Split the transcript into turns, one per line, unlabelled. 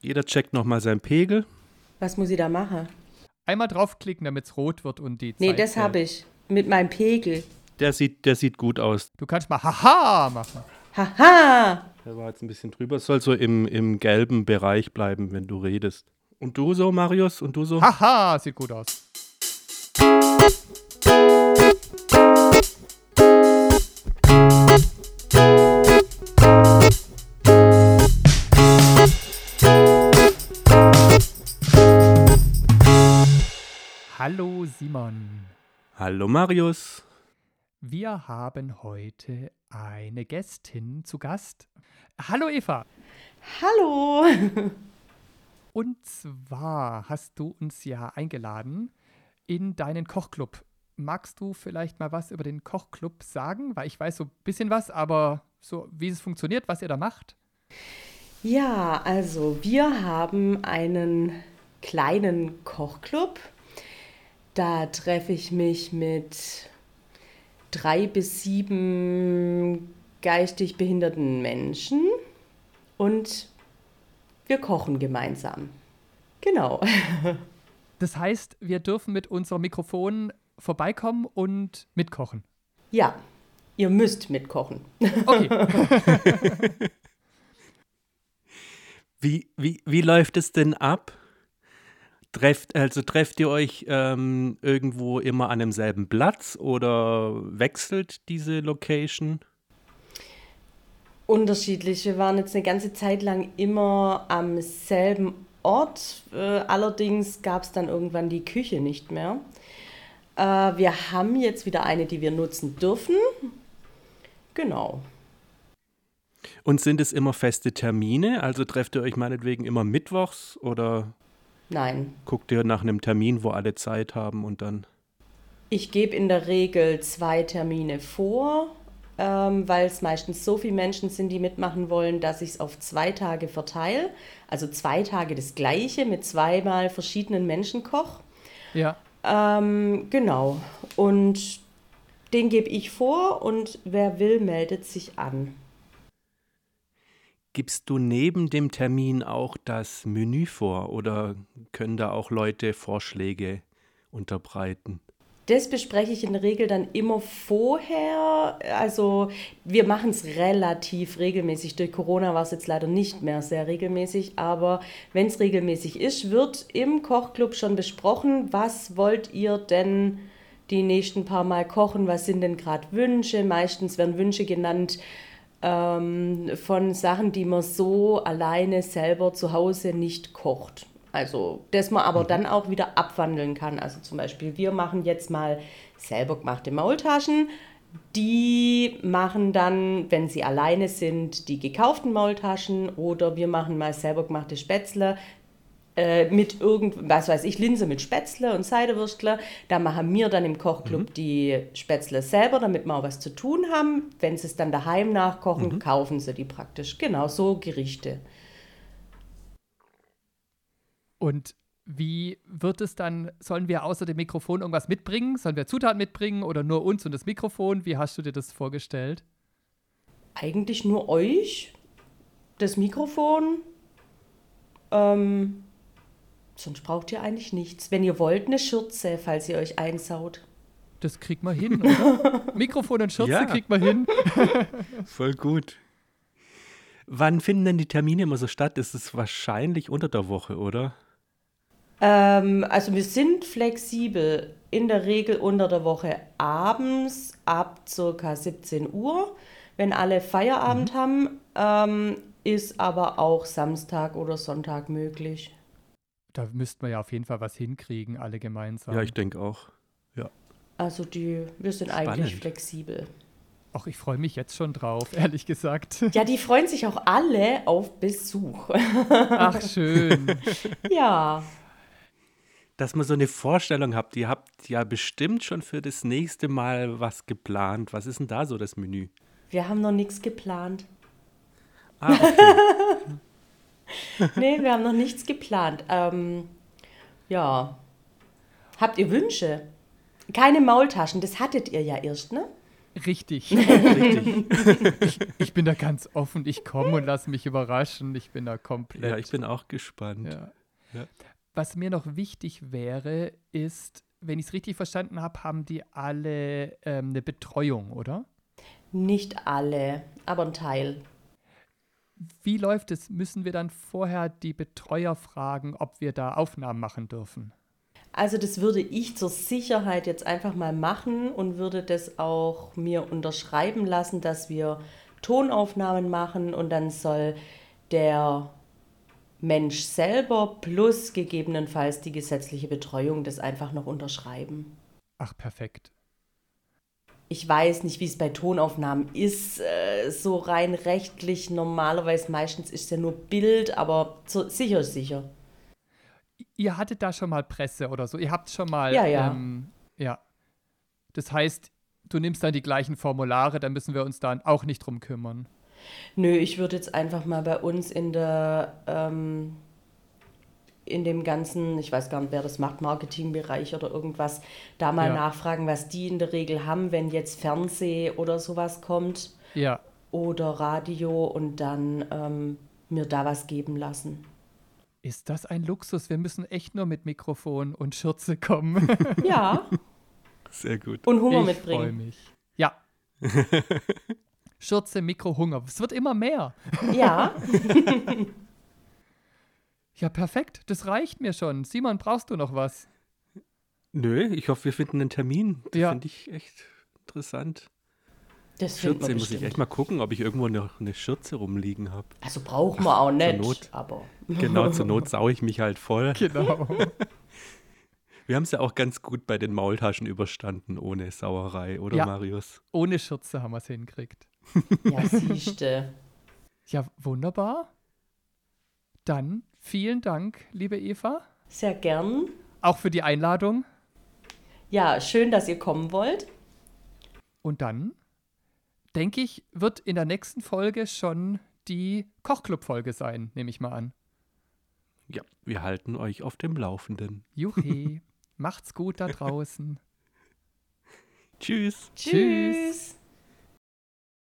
Jeder checkt nochmal seinen Pegel.
Was muss ich da machen?
Einmal draufklicken, damit es rot wird und die
Nee,
Zeit äh,
das
zählt.
habe ich. Mit meinem Pegel.
Der sieht, der sieht gut aus.
Du kannst mal Haha machen.
Haha!
Der war jetzt ein bisschen drüber. Es soll so im, im gelben Bereich bleiben, wenn du redest. Und du so, Marius? Und du so?
Haha, sieht gut aus. Hallo Simon.
Hallo, Marius.
Wir haben heute eine Gästin zu Gast. Hallo Eva.
Hallo!
Und zwar hast du uns ja eingeladen in deinen Kochclub. Magst du vielleicht mal was über den Kochclub sagen? Weil ich weiß so ein bisschen was, aber so wie es funktioniert, was ihr da macht.
Ja, also wir haben einen kleinen Kochclub. Da treffe ich mich mit drei bis sieben geistig behinderten Menschen und wir kochen gemeinsam. Genau.
Das heißt, wir dürfen mit unserem Mikrofon vorbeikommen und mitkochen.
Ja, ihr müsst mitkochen.
Okay,
Wie, wie, wie läuft es denn ab? Trefft, also trefft ihr euch ähm, irgendwo immer an demselben Platz oder wechselt diese Location?
Unterschiedlich. Wir waren jetzt eine ganze Zeit lang immer am selben Ort. Äh, allerdings gab es dann irgendwann die Küche nicht mehr. Äh, wir haben jetzt wieder eine, die wir nutzen dürfen. Genau.
Und sind es immer feste Termine? Also trefft ihr euch meinetwegen immer mittwochs oder
Nein.
guckt ihr nach einem Termin, wo alle Zeit haben und dann.
Ich gebe in der Regel zwei Termine vor, ähm, weil es meistens so viele Menschen sind, die mitmachen wollen, dass ich es auf zwei Tage verteile. Also zwei Tage das gleiche mit zweimal verschiedenen Menschen koche.
ja.
Ähm, genau. Und den gebe ich vor und wer will, meldet sich an.
Gibst du neben dem Termin auch das Menü vor oder können da auch Leute Vorschläge unterbreiten?
Das bespreche ich in der Regel dann immer vorher. Also wir machen es relativ regelmäßig. Durch Corona war es jetzt leider nicht mehr sehr regelmäßig, aber wenn es regelmäßig ist, wird im Kochclub schon besprochen, was wollt ihr denn die nächsten paar Mal kochen, was sind denn gerade Wünsche. Meistens werden Wünsche genannt ähm, von Sachen, die man so alleine selber zu Hause nicht kocht. Also, das man aber dann auch wieder abwandeln kann. Also zum Beispiel, wir machen jetzt mal selber gemachte Maultaschen. Die machen dann, wenn sie alleine sind, die gekauften Maultaschen oder wir machen mal selber gemachte Spätzle äh, mit irgend, was weiß ich, Linse mit Spätzle und Seidewürstle. Da machen wir dann im Kochclub die Spätzle selber, damit wir auch was zu tun haben. Wenn sie es dann daheim nachkochen, kaufen sie die praktisch. Genau, so Gerichte.
Und wie wird es dann, sollen wir außer dem Mikrofon irgendwas mitbringen? Sollen wir Zutaten mitbringen oder nur uns und das Mikrofon? Wie hast du dir das vorgestellt?
Eigentlich nur euch, das Mikrofon. Ähm, sonst braucht ihr eigentlich nichts. Wenn ihr wollt, eine Schürze, falls ihr euch einsaut.
Das kriegt man hin, oder? Mikrofon und Schürze
Ja.
kriegt man hin.
Voll gut. Wann finden denn die Termine immer so statt? Ist es wahrscheinlich unter der Woche, oder?
Ähm, also wir sind flexibel, in der Regel unter der Woche abends ab ca. 17 Uhr, wenn alle Feierabend haben, ähm, ist aber auch Samstag oder Sonntag möglich.
Da müssten wir ja auf jeden Fall was hinkriegen, alle gemeinsam.
Ja, ich denke auch. Ja.
Also die, wir sind eigentlich
Spannend.
flexibel.
Auch ich freue mich jetzt schon drauf, ehrlich gesagt.
Ja, die freuen sich auch alle auf Besuch.
Ach, schön.
ja.
Dass man so eine Vorstellung habt, ihr habt ja bestimmt schon für das nächste Mal was geplant. Was ist denn da so das Menü?
Wir haben noch nichts geplant.
Ah, okay.
Nee, wir haben noch nichts geplant. Ähm, ja. Habt ihr Wünsche? Keine Maultaschen, das hattet ihr ja erst, ne?
Richtig.
Richtig.
Ich bin da ganz offen. Ich komme und lasse mich überraschen. Ich bin da komplett.
Ja, ich bin auch gespannt.
Ja.
Ja.
Was mir noch wichtig wäre, ist, wenn ich es richtig verstanden habe, haben die alle ähm, eine Betreuung, oder?
Nicht alle, aber ein Teil.
Wie läuft es? Müssen wir dann vorher die Betreuer fragen, ob wir da Aufnahmen machen dürfen?
Also das würde ich zur Sicherheit jetzt einfach mal machen und würde das auch mir unterschreiben lassen, dass wir Tonaufnahmen machen und dann soll der Mensch selber plus gegebenenfalls die gesetzliche Betreuung das einfach noch unterschreiben.
Ach, perfekt.
Ich weiß nicht, wie es bei Tonaufnahmen ist, äh, so rein rechtlich. Normalerweise meistens ist es ja nur Bild, aber zu, sicher ist sicher.
Ihr hattet da schon mal Presse oder so. Ihr habt schon mal.
Ja, ja.
Ähm, ja. Das heißt, du nimmst dann die gleichen Formulare, dann müssen wir uns dann auch nicht drum kümmern.
Nö, ich würde jetzt einfach mal bei uns in der, ähm, in dem ganzen, ich weiß gar nicht, wer das macht, Marketingbereich oder irgendwas, da mal
Ja.
nachfragen, was die in der Regel haben, wenn jetzt Fernseh oder sowas kommt
Ja.
oder Radio und dann ähm, mir da was geben lassen.
Ist das ein Luxus? Wir müssen echt nur mit Mikrofon und Schürze kommen.
Ja,
Sehr gut.
und Hunger
ich freue
mitbringen.
mich. Ja. Schürze, Mikro, Hunger. Es wird immer mehr.
Ja,
Ja, perfekt. Das reicht mir schon. Simon, brauchst du noch was?
Nö, ich hoffe, wir finden einen Termin. Das
Ja.
finde ich echt interessant.
das findet
Schürze
man
muss ich echt
bestimmt.
mal gucken, ob ich irgendwo noch eine Schürze rumliegen habe.
Also brauchen wir auch nicht,
Not.
aber
Genau, zur Not saue ich mich halt voll.
Genau.
Wir haben es ja auch ganz gut bei den Maultaschen überstanden, ohne Sauerei, oder
Ja.
Marius?
Ohne Schürze haben wir es hingekriegt.
ja, siehste.
Ja, wunderbar. Dann vielen Dank, liebe Eva,
Sehr gern.
auch für die Einladung.
Ja, schön, dass ihr kommen wollt.
Und dann, denke ich, wird in der nächsten Folge schon die Kochclub-Folge sein, nehme ich mal an.
Ja, wir halten euch auf dem Laufenden.
Juhi, macht's gut da draußen.
Tschüss.
Tschüss.
Tschüss.